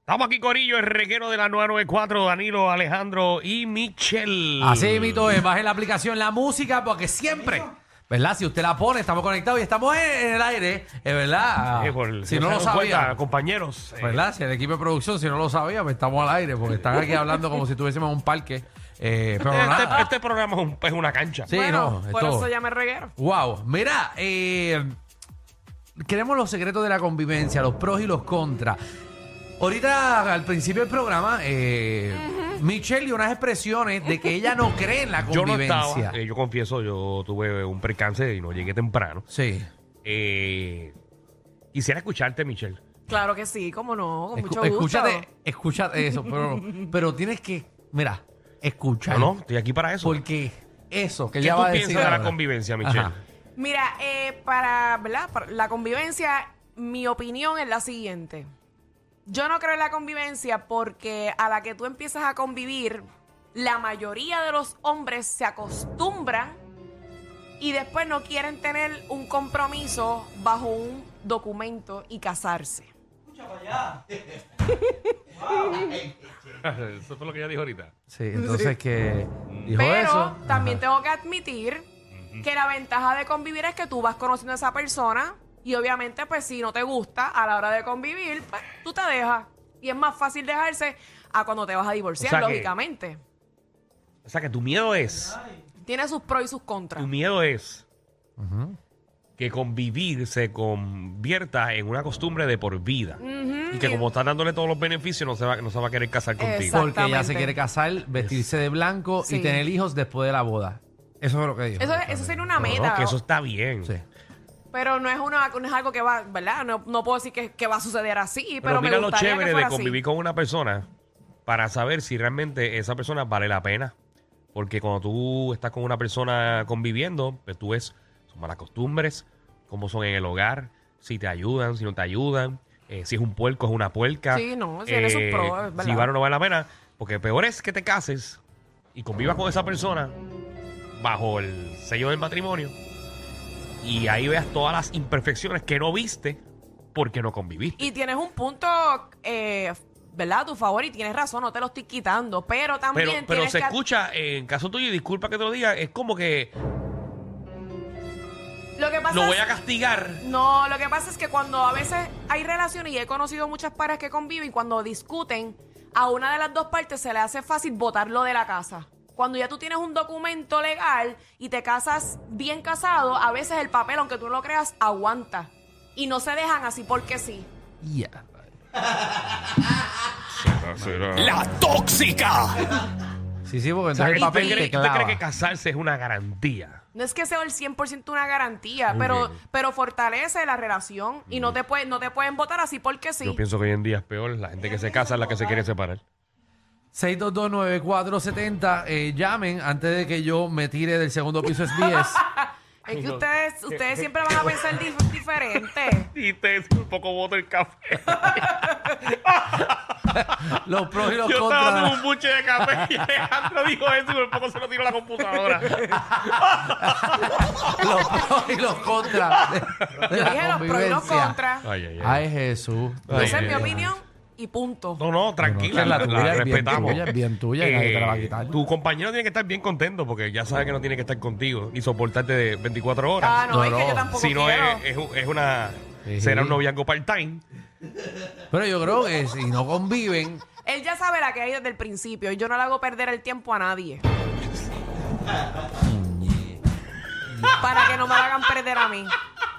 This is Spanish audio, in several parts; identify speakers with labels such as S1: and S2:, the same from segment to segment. S1: Estamos aquí, Corillo, el reguero de la 994, Danilo, Alejandro y Michelle.
S2: Así mito es, baje la aplicación La Música porque siempre, ¿verdad? Si usted la pone, estamos conectados y estamos en, en el aire, es verdad.
S1: Eh, por-
S2: si no
S1: se
S2: lo
S1: dan cuenta,
S2: sabía,
S1: compañeros. eh,
S2: ¿verdad? Si el equipo de producción, si no lo sabía, pues estamos al aire porque están aquí hablando como si estuviésemos en un parque. eh, pero
S1: este,
S2: nada.
S1: este programa es, un- es una cancha.
S2: Sí,
S3: bueno,
S2: no, es
S3: por
S2: todo.
S3: eso llame reguero.
S2: Wow, mira, eh, queremos los secretos de la convivencia, los pros y los contras. Ahorita, al principio del programa, eh, Michelle dio unas expresiones de que ella no cree en la
S1: Yo no
S2: convivencia.
S1: estaba, eh, yo confieso, yo tuve un percance y no llegué temprano.
S2: Sí.
S1: Eh, quisiera escucharte, Michelle.
S3: Claro que sí, cómo no, con
S2: Escu-
S3: mucho gusto.
S2: escúchate, escúchate eso, pero, pero tienes que, mira, escuchar.
S1: No, no, estoy aquí para eso.
S2: Porque eso que
S1: ¿Qué
S2: ella
S1: tú
S2: va a decir.
S1: piensas de la
S2: ahora.
S1: convivencia, Michelle?
S2: Ajá.
S3: Mira, eh, para, ¿verdad? Para la convivencia, mi opinión es la siguiente. Yo no creo en la convivencia porque a la que tú empiezas a convivir, la mayoría de los hombres se acostumbran y después no quieren tener un compromiso bajo un documento y casarse.
S1: eso fue lo que ella dijo ahorita.
S2: Sí, entonces que dijo
S3: Pero
S2: eso.
S3: también
S2: Ajá.
S3: tengo que admitir que la ventaja de convivir es que tú vas conociendo a esa persona y obviamente pues si no te gusta a la hora de convivir, pues tú te dejas. Y es más fácil dejarse a cuando te vas a divorciar,
S1: O sea que-
S3: lógicamente.
S1: O sea que tu miedo es,
S3: Tiene sus pros y sus
S1: tu
S3: contras.
S1: miedo es que convivir se convierta en una costumbre de por vida.
S3: Mm.
S1: Y que como estás dándole todos los beneficios, no se va, no se va a querer casar contigo.
S3: Exacto.
S2: Porque ella se
S3: Exactamente.
S2: quiere casar, vestirse de blanco y
S3: Sí.
S2: tener hijos después de la boda. Eso es lo que dijo.
S3: Eso, eso sería una
S1: No,
S3: meta.
S1: no, que eso está bien.
S2: Sí.
S3: Pero no es, una, no es algo que va, ¿verdad? No, no puedo decir que, que va a suceder así,
S1: Pero,
S3: pero,
S1: mira
S3: me
S1: lo
S3: gustaría que
S1: chévere
S3: fuera
S1: de
S3: así.
S1: convivir con una persona para saber si realmente esa persona vale la pena. Porque cuando tú estás con una persona conviviendo, pues tú ves sus malas costumbres, cómo son en el hogar, si te ayudan, si no te ayudan, eh, si es un puerco, es una puerca. eh,
S3: Sí, no, tiene sus pros, es
S1: Si
S3: verdad.
S1: vale o no vale la pena. Porque peor es que te cases y convivas con esa persona bajo el sello del matrimonio y ahí veas todas las imperfecciones que no viste porque no conviviste.
S3: Y tienes un punto, eh, ¿verdad? A tu favor y tienes razón, no te lo estoy quitando, pero también
S1: Pero, pero
S3: tienes
S1: se
S3: que-
S1: escucha, eh, en caso tuyo, y disculpa que te lo diga, es como que
S3: Lo que pasa
S1: lo voy
S3: es-
S1: a castigar.
S3: No, lo que pasa es que cuando a veces hay relaciones y he conocido muchas parejas que conviven, cuando discuten, a una de las dos partes se le hace fácil botarlo de la casa. Cuando ya tú tienes un documento legal y te casas bien casado, a veces el papel, aunque tú no lo creas, aguanta. Y no se dejan así porque sí.
S2: Ya.
S4: La tóxica.
S2: Sí, sí, porque
S1: O sea,
S2: entonces el
S1: ¿usted
S2: papel
S1: cree-
S2: te
S1: ¿Usted
S2: clava.
S1: cree que casarse es una garantía?
S3: No es que sea el 100% una garantía,
S1: Muy
S3: pero,
S1: bien.
S3: pero fortalece la relación y no te, puede- no te pueden votar así porque sí.
S1: Yo pienso que hoy en día es peor. La gente que se casa es la que se quiere separar.
S2: 6229470, eh, llamen antes de que yo me tire del segundo piso es 10.
S3: Es que ustedes, ustedes siempre van a pensar dif- diferente.
S1: Y te un poco boto el café.
S2: los pros y los
S1: Yo estaba dando
S2: contras.
S1: un buche de café y Alejandro dijo eso y por poco se lo tiró a la computadora.
S2: los pros y los contras. de- de
S3: Yo
S2: la
S3: dije los pros y los
S2: convivencia.
S3: contras.
S1: Ay, ay, ay.
S2: Ay, Jesús.
S1: Ay,
S3: Esa es mi
S1: ay, ay.
S3: opinión y punto.
S1: No, no, tranquila,
S2: es
S1: la, la
S2: la tuya, es bien
S1: respetamos. Eh,
S2: tuya, es bien tuya, y nadie te la va a quitar.
S1: Tu compañero tiene que estar bien contento porque ya sabe que no tiene que estar contigo y soportarte de 24 horas.
S3: Ah, no,
S2: No,
S3: es que
S2: no.
S3: yo tampoco
S1: si no eh,
S3: quiero.
S1: es, es un- es una
S2: Sí.
S1: será un noviazgo part-time
S2: Pero yo creo que si no conviven,
S3: Él ya sabe la que hay desde el principio y yo no le hago perder el tiempo a nadie. Para que no me hagan perder a mí.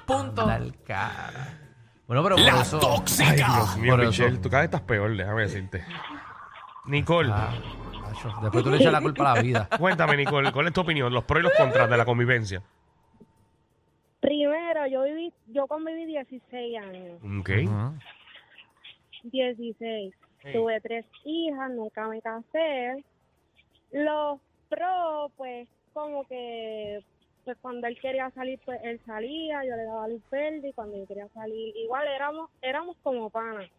S3: Punto.
S2: al cara. Bueno, pero por
S4: La
S2: eso.
S4: tóxica.
S1: Mío,
S2: Por eso.
S1: Michelle tú cada vez estás peor déjame decirte Nicole
S2: Ah, macho, después tú le echas la culpa a la vida.
S1: cuéntame Nicole cuál es tu opinión los pros y los contras de la convivencia
S5: Primero, yo viví, yo conviví 16 años,
S1: ok
S5: 16.
S1: Sí.
S5: Tuve tres hijas, nunca me casé. Los pro, pues, como que, pues, cuando él quería salir, pues, él salía, yo le daba luz verde, y cuando yo quería salir, igual éramos, éramos como panas.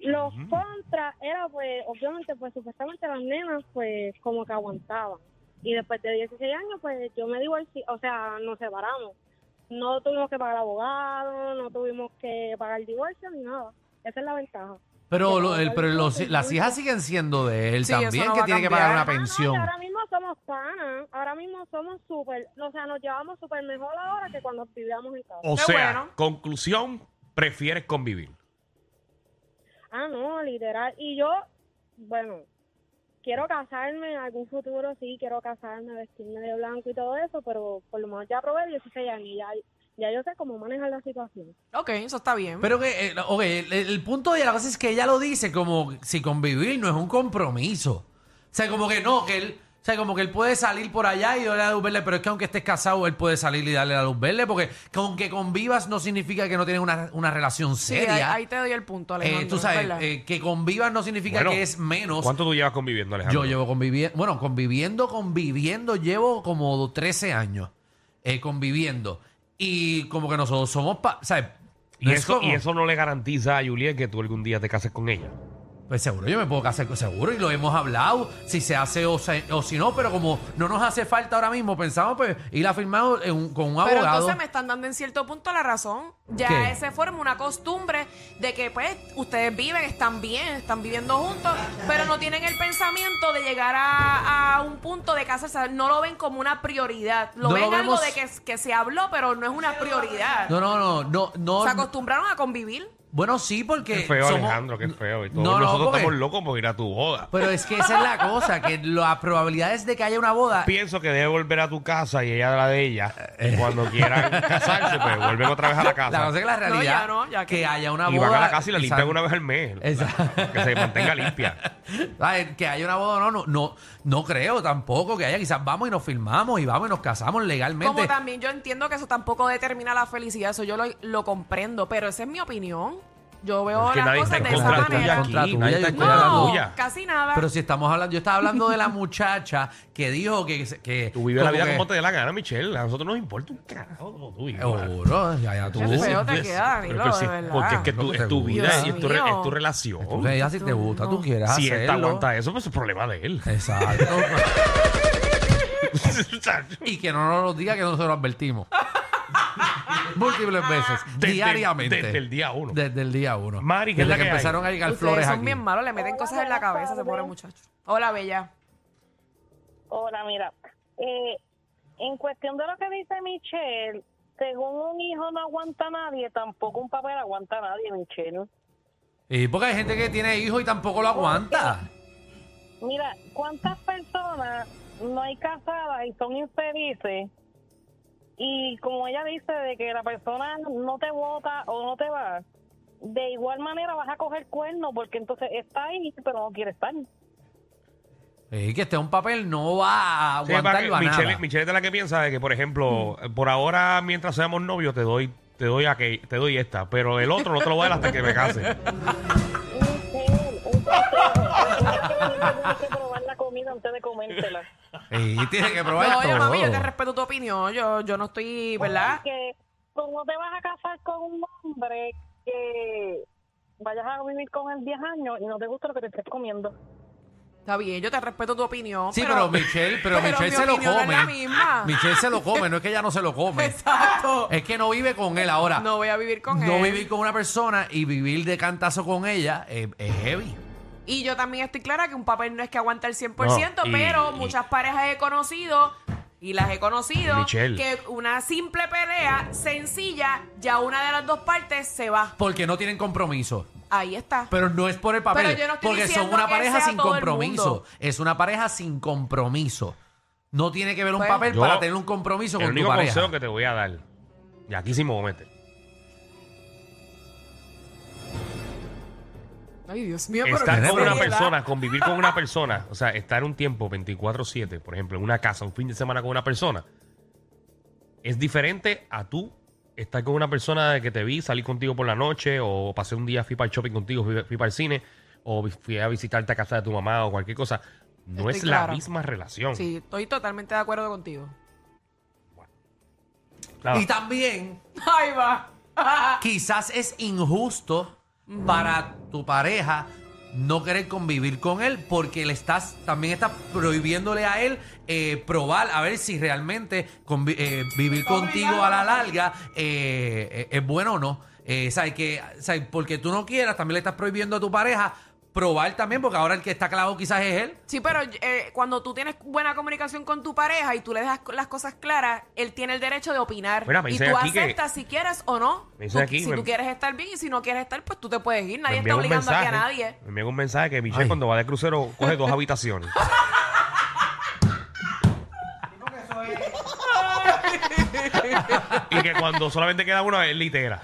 S5: Los
S1: Ujú.
S5: contras era, pues, obviamente, pues, supuestamente las nenas, pues, como que aguantaban. Y después de 16 años, pues, yo me divorcié, o sea, nos separamos. No tuvimos que pagar abogado, no tuvimos que pagar divorcio ni nada. Esa es la ventaja.
S2: Pero, lo- el- pero los- las hijas siguen siendo de él
S3: Sí, eso
S2: también,
S3: no
S2: que
S3: va a
S2: tiene que
S3: cambiar.
S2: pagar una
S3: Ah, no,
S5: Ah, no,
S2: pensión.
S5: y ahora mismo somos panas, ahora mismo somos súper, o sea, nos llevamos súper mejor ahora que cuando vivíamos en casa.
S1: O
S3: Qué
S1: sea,
S3: bueno.
S1: conclusión, prefieres convivir.
S5: Ah, no, literal. Y yo, bueno, quiero casarme en algún futuro, sí, quiero casarme, vestirme de blanco y todo eso, pero por lo menos ya probé 16 años y ya, ya yo sé cómo manejar la situación.
S3: Ok, eso está bien.
S2: Pero que, eh, ok, el, el punto de la cosa es que ella lo dice como si convivir no es un compromiso. O sea, como que no, que él, o sea, como que él puede salir por allá y darle la luz verde, pero es que aunque estés casado, él puede salir y darle la luz verde, porque aunque convivas no significa que no tienes una, una relación
S3: sí, ahí,
S2: seria.
S3: ahí te doy el punto,
S2: Eh,
S3: Alejandro.
S2: tú sabes,
S3: ¿verdad?
S2: eh, que convivas no significa
S1: Bueno,
S2: que es menos.
S1: ¿Cuánto tú llevas conviviendo, Alejandro?
S2: Yo llevo conviviendo, bueno, conviviendo, conviviendo, llevo como 13 años eh, conviviendo. Y como que nosotros somos, pa- ¿sabes?
S1: Y
S2: No es
S1: eso,
S2: como-
S1: y eso no le garantiza a Juliet que tú algún día te cases con ella.
S2: Pues seguro, yo me puedo casar con seguro y lo hemos hablado, si se hace o, se- o si no, pero como no nos hace falta ahora mismo, pensamos pues ir a firmar en un- con un
S3: Pero
S2: abogado.
S3: entonces me están dando en cierto punto la razón. Ya
S2: ¿Qué?
S3: se forma una costumbre de que pues ustedes viven, están bien, están viviendo juntos, pero no tienen el pensamiento de llegar a, a un punto de casarse. No lo ven como una prioridad. Lo
S2: No
S3: ven
S2: lo
S3: algo
S2: vemos-
S3: de que, que se habló, pero no es una prioridad.
S2: No, no, no, no, no.
S3: se acostumbraron a convivir.
S2: Bueno, sí,
S1: Qué
S2: porque.
S1: feo,
S2: somos-
S1: Alejandro, qué feo. Y todo.
S2: No, no,
S1: Nosotros
S2: porque-
S1: estamos locos por ir a tu boda.
S2: Pero es que esa es la cosa, que las probabilidades de que haya una boda
S1: Pienso que debe volver a tu casa y ella a la de ella. Y cuando quieran casarse, pues vuelven otra vez a la
S2: Eh. La cosa
S1: casa.
S2: es que la
S3: ya
S2: realidad
S3: no, ya
S2: que,
S3: que-
S2: haya una
S1: y
S2: boda.
S1: van a la casa y la limpian
S2: exacto.
S1: una vez al mes.
S2: Exacto.
S1: Que se mantenga limpia.
S2: Ay, Ah, eh, Que haya una boda, no, no, no, no creo tampoco que haya. Quizás vamos y nos filmamos y vamos y nos casamos legalmente.
S3: Como también yo entiendo que eso tampoco determina la felicidad, eso yo lo, lo comprendo, pero esa es mi opinión. Yo veo
S1: Es que
S3: las
S1: nadie está
S3: cosas
S1: en
S3: de esa
S1: contra tuya
S3: manera.
S1: aquí.
S2: Contra tuya,
S1: Nadie está
S2: yo
S1: en
S2: estoy
S1: contra
S2: hablando.
S3: No,
S1: tuya.
S3: casi nada.
S2: Pero si estamos hablando, yo estaba hablando de la muchacha que dijo que. que
S1: Tú vives la vida
S2: que-
S1: como te dé la gana, Michelle. A nosotros nos importa un carajo como tú vives.
S2: Seguro, ya, ya oh, tú.
S3: Qué feo te
S1: Pues,
S3: queda,
S1: pero
S3: Danilo,
S1: que
S3: de
S1: sí,
S3: verdad.
S1: Porque es que tú,
S2: Seguro.
S1: es tu vida
S3: Dios
S1: y es tu, re-
S3: mío.
S1: es tu relación.
S2: Tú le digas si te gusta, tú quieres
S1: si él te
S2: hacerlo.
S1: aguanta eso, pues es problema de él.
S2: Exacto.
S1: Chacho.
S2: y que no nos lo diga que no se lo advertimos. Múltiples veces,
S1: Desde-
S2: diariamente.
S1: desde el día uno.
S2: Desde el día uno.
S1: Mari, ¿qué es la
S2: desde que,
S1: que hay?
S2: empezaron a llegar
S3: Ustedes
S2: flores
S3: son
S2: aquí.
S3: bien malos, le meten cosas en la cabeza a ese pobre muchacho. Hola, Bella.
S5: Hola, mira, eh, en cuestión de lo que dice Michelle, según un hijo no aguanta a nadie, tampoco un papel aguanta a nadie, Michelle.
S2: Y porque hay gente que tiene hijos y tampoco lo aguanta.
S5: Mira, ¿cuántas personas no hay casadas y son infelices? Y como ella dice, de que la persona no te vota o no te va, de igual manera vas a coger cuerno porque entonces está ahí, pero no quiere estar.
S2: Y que esté un papel no va a
S1: Sí, para que-
S2: aguantarlo a
S1: Michelle,
S2: nada.
S1: Michelle es de la que piensa de que, por ejemplo, por ahora, mientras seamos novios, te doy, te doy aquel- te doy esta, pero el otro no te lo voy a dar hasta que me case.
S5: Michelle, un paseo. Tienes que probar la comida antes de comértela.
S2: Y tiene que probar
S3: No,
S2: todo.
S3: oye, mami,
S1: oh.
S3: yo te respeto tu opinión. Yo, yo no estoy, ¿verdad?
S5: Porque tú no te vas a casar con un hombre que vayas a vivir con él 10 años y no te gusta lo que te estés comiendo.
S3: Está bien, yo te respeto tu opinión.
S2: Sí, pero Michelle, pero Michelle
S3: mi
S2: se lo
S3: opinión no es
S2: come.
S3: la misma.
S2: Michelle se lo come, no es que ella no se lo come.
S3: Exacto.
S2: Es que no vive con él ahora.
S3: No voy a vivir con
S2: No
S3: él.
S2: vivir con una persona y vivir de cantazo con ella eh, es heavy.
S3: Y yo también estoy clara que un papel no es que aguanta el 100%,
S1: No, y-
S3: pero
S1: y-
S3: muchas parejas he conocido y las he conocido
S1: Michelle.
S3: que una simple pelea sencilla, ya una de las dos partes se va.
S2: Porque no tienen compromiso.
S3: Ahí está.
S2: Pero no es por el papel.
S3: Pero yo no estoy
S2: porque son
S3: diciendo
S2: una
S3: que
S2: pareja
S3: sea
S2: sin
S3: todo el
S2: compromiso.
S3: mundo.
S2: Es una pareja sin compromiso. No tiene que ver un
S3: Pues-
S2: papel
S1: Yo-
S2: para tener un compromiso
S1: el
S2: con tu
S1: único
S2: pareja.
S1: consejo que te voy a dar, y aquí sí me voy a meter,
S3: Ay, Dios mío, pero
S1: estar
S3: qué
S1: con una
S3: seriedad.
S1: persona, convivir con una persona, o sea, estar un tiempo 24-7, por ejemplo, en una casa, un fin de semana con una persona, es diferente a tú estar con una persona de que te vi, salir contigo por la noche, o pasé un día, fui para el shopping contigo, fui, fui para el cine, o vi- fui a visitarte a casa de tu mamá o cualquier cosa. No
S3: Estoy
S1: es la
S3: clara.
S1: misma relación.
S3: Sí, estoy totalmente de acuerdo contigo.
S1: Nada.
S2: Y también,
S3: Ahí va.
S2: quizás es injusto para tu pareja no querer convivir con él porque le estás también estás prohibiéndole a él eh, probar a ver si realmente convi- eh, vivir contigo a la larga eh, eh, es bueno o no. Eh, Eh, ¿sabes? Que, ¿sabes? Porque tú no quieras, también le estás prohibiendo a tu pareja probar también, porque ahora el que está clavado quizás es él.
S3: Sí, pero eh, cuando tú tienes buena comunicación con tu pareja y tú le dejas co- las cosas claras, él tiene el derecho de opinar.
S1: Mira, me
S3: y
S1: dicen
S3: tú
S1: aquí que-
S3: aceptas si quieres o no.
S1: Me dicen
S3: Tú-
S1: aquí,
S3: si
S1: me-
S3: tú quieres estar bien y si no quieres estar, pues tú te puedes ir.
S1: Me
S3: Nadie está
S1: envían un
S3: obligando aquí a
S1: mensaje,
S3: nadie.
S1: Me envió un mensaje que Michelle
S2: Ay.
S1: cuando va de crucero coge dos habitaciones. y que cuando solamente queda una es litera.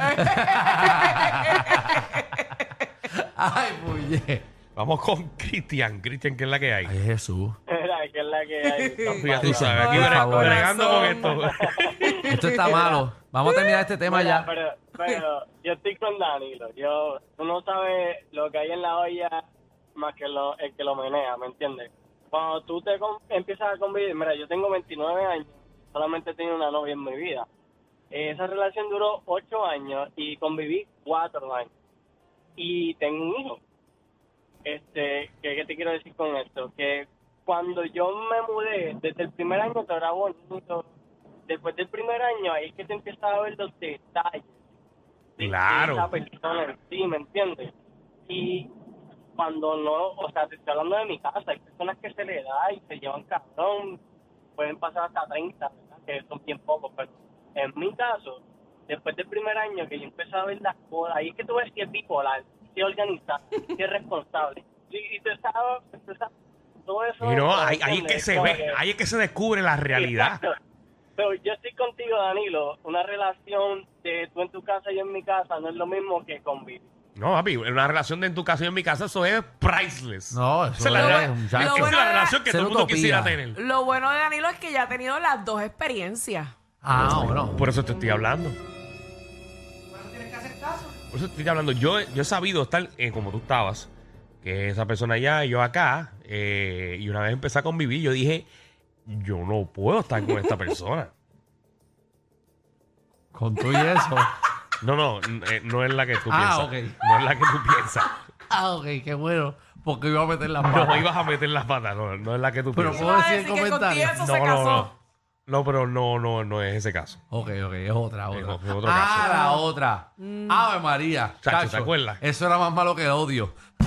S2: Ay, puye.
S1: Vamos con Cristian. Cristian, que es la que hay.
S2: Ay, Jesús.
S6: Era que es la que hay.
S1: Ya tú sabes, aquí
S2: Por
S1: bre-
S2: favor.
S1: bregando con
S3: Corazón.
S1: esto.
S2: Esto está malo. Vamos a terminar este tema
S6: Mira,
S2: ya.
S6: Pero, pero yo estoy con Danilo. Yo, tú no sabes lo que hay en la olla más que lo, el que lo menea, ¿me entiendes? Cuando tú te con- empiezas a convivir, mira, yo tengo 29 años, solamente he tenido una novia en mi vida. Eh, Esa relación duró 8 años y conviví 4 años. Y tengo un hijo. Este, ¿qué, qué te quiero decir con esto? Que cuando yo me mudé, desde el primer año te era bonito. Después del primer año, ahí es que te empiezas a ver los detalles. de
S1: Claro.
S6: Esa persona en sí, ¿me entiendes? Y cuando no, o sea, te estoy hablando de mi casa, hay personas que se le da y se llevan cabrón, pueden pasar hasta 30, ¿verdad? que son bien pocos, pero en mi caso, después del primer año que yo empecé a ver las cosas, ahí es que tú ves que es bipolar, que es organizado, que es responsable, y, y tú sabes, tú sabes, todo eso...
S1: Y no, ahí, ahí es que
S6: ¿entiendes?
S1: se
S6: Como
S1: ve, ahí es que se descubre la realidad.
S6: Exacto. Pero yo estoy contigo, Danilo, una relación de tú en tu casa y yo en mi casa no es lo mismo que convivir.
S1: No, papi, una relación de en tu casa y en mi casa, eso es priceless.
S2: No, eso
S1: Esa es la,
S2: es-
S1: real-
S2: lo
S1: esa es la
S3: bueno de la-
S1: relación que todo el
S2: Ser
S1: mundo
S2: utopía.
S1: quisiera tener.
S3: Lo bueno de Danilo es que ya ha tenido las dos experiencias.
S2: Ah, bueno.
S1: Por eso te estoy hablando. Por eso te estoy hablando. Yo, yo he sabido estar eh, como tú estabas, que esa persona allá y yo acá, eh, y una vez empecé a convivir, yo dije, yo no puedo estar con esta persona.
S2: Con tú y eso.
S1: No, no, n- eh, no es la que tú
S2: Ah,
S1: piensas.
S2: ok.
S1: No es la que tú piensas.
S2: ah, ok, qué bueno. Porque iba a meter la
S1: No
S2: mano.
S1: ibas a meter las patas, no, no es la que tú
S2: Pero
S1: piensas.
S2: ¿Puedo
S3: Iba a
S2: decir el
S3: que con
S2: comentario?
S3: eso
S1: No,
S3: se
S1: no,
S3: casó.
S1: no. No, pero no, no, no es ese caso.
S2: Ok, ok, es otra,
S1: Es
S2: otra.
S1: otro- es otro
S2: ah,
S1: caso.
S2: la otra. Ave María.
S1: Chacho, ¿te
S2: Chacho,
S1: acuerdas?
S2: Eso era más malo que el odio.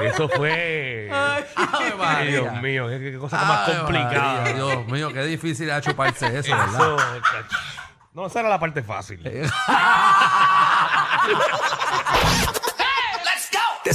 S1: Eso fue.
S2: Ave
S1: Ay,
S2: María.
S1: Dios mío, qué, qué cosa más
S2: Ave
S1: complicada.
S2: María, Dios mío, qué difícil era chuparse eso, ¿verdad?
S1: Eso, chacho. No, esa era la parte fácil.
S7: Te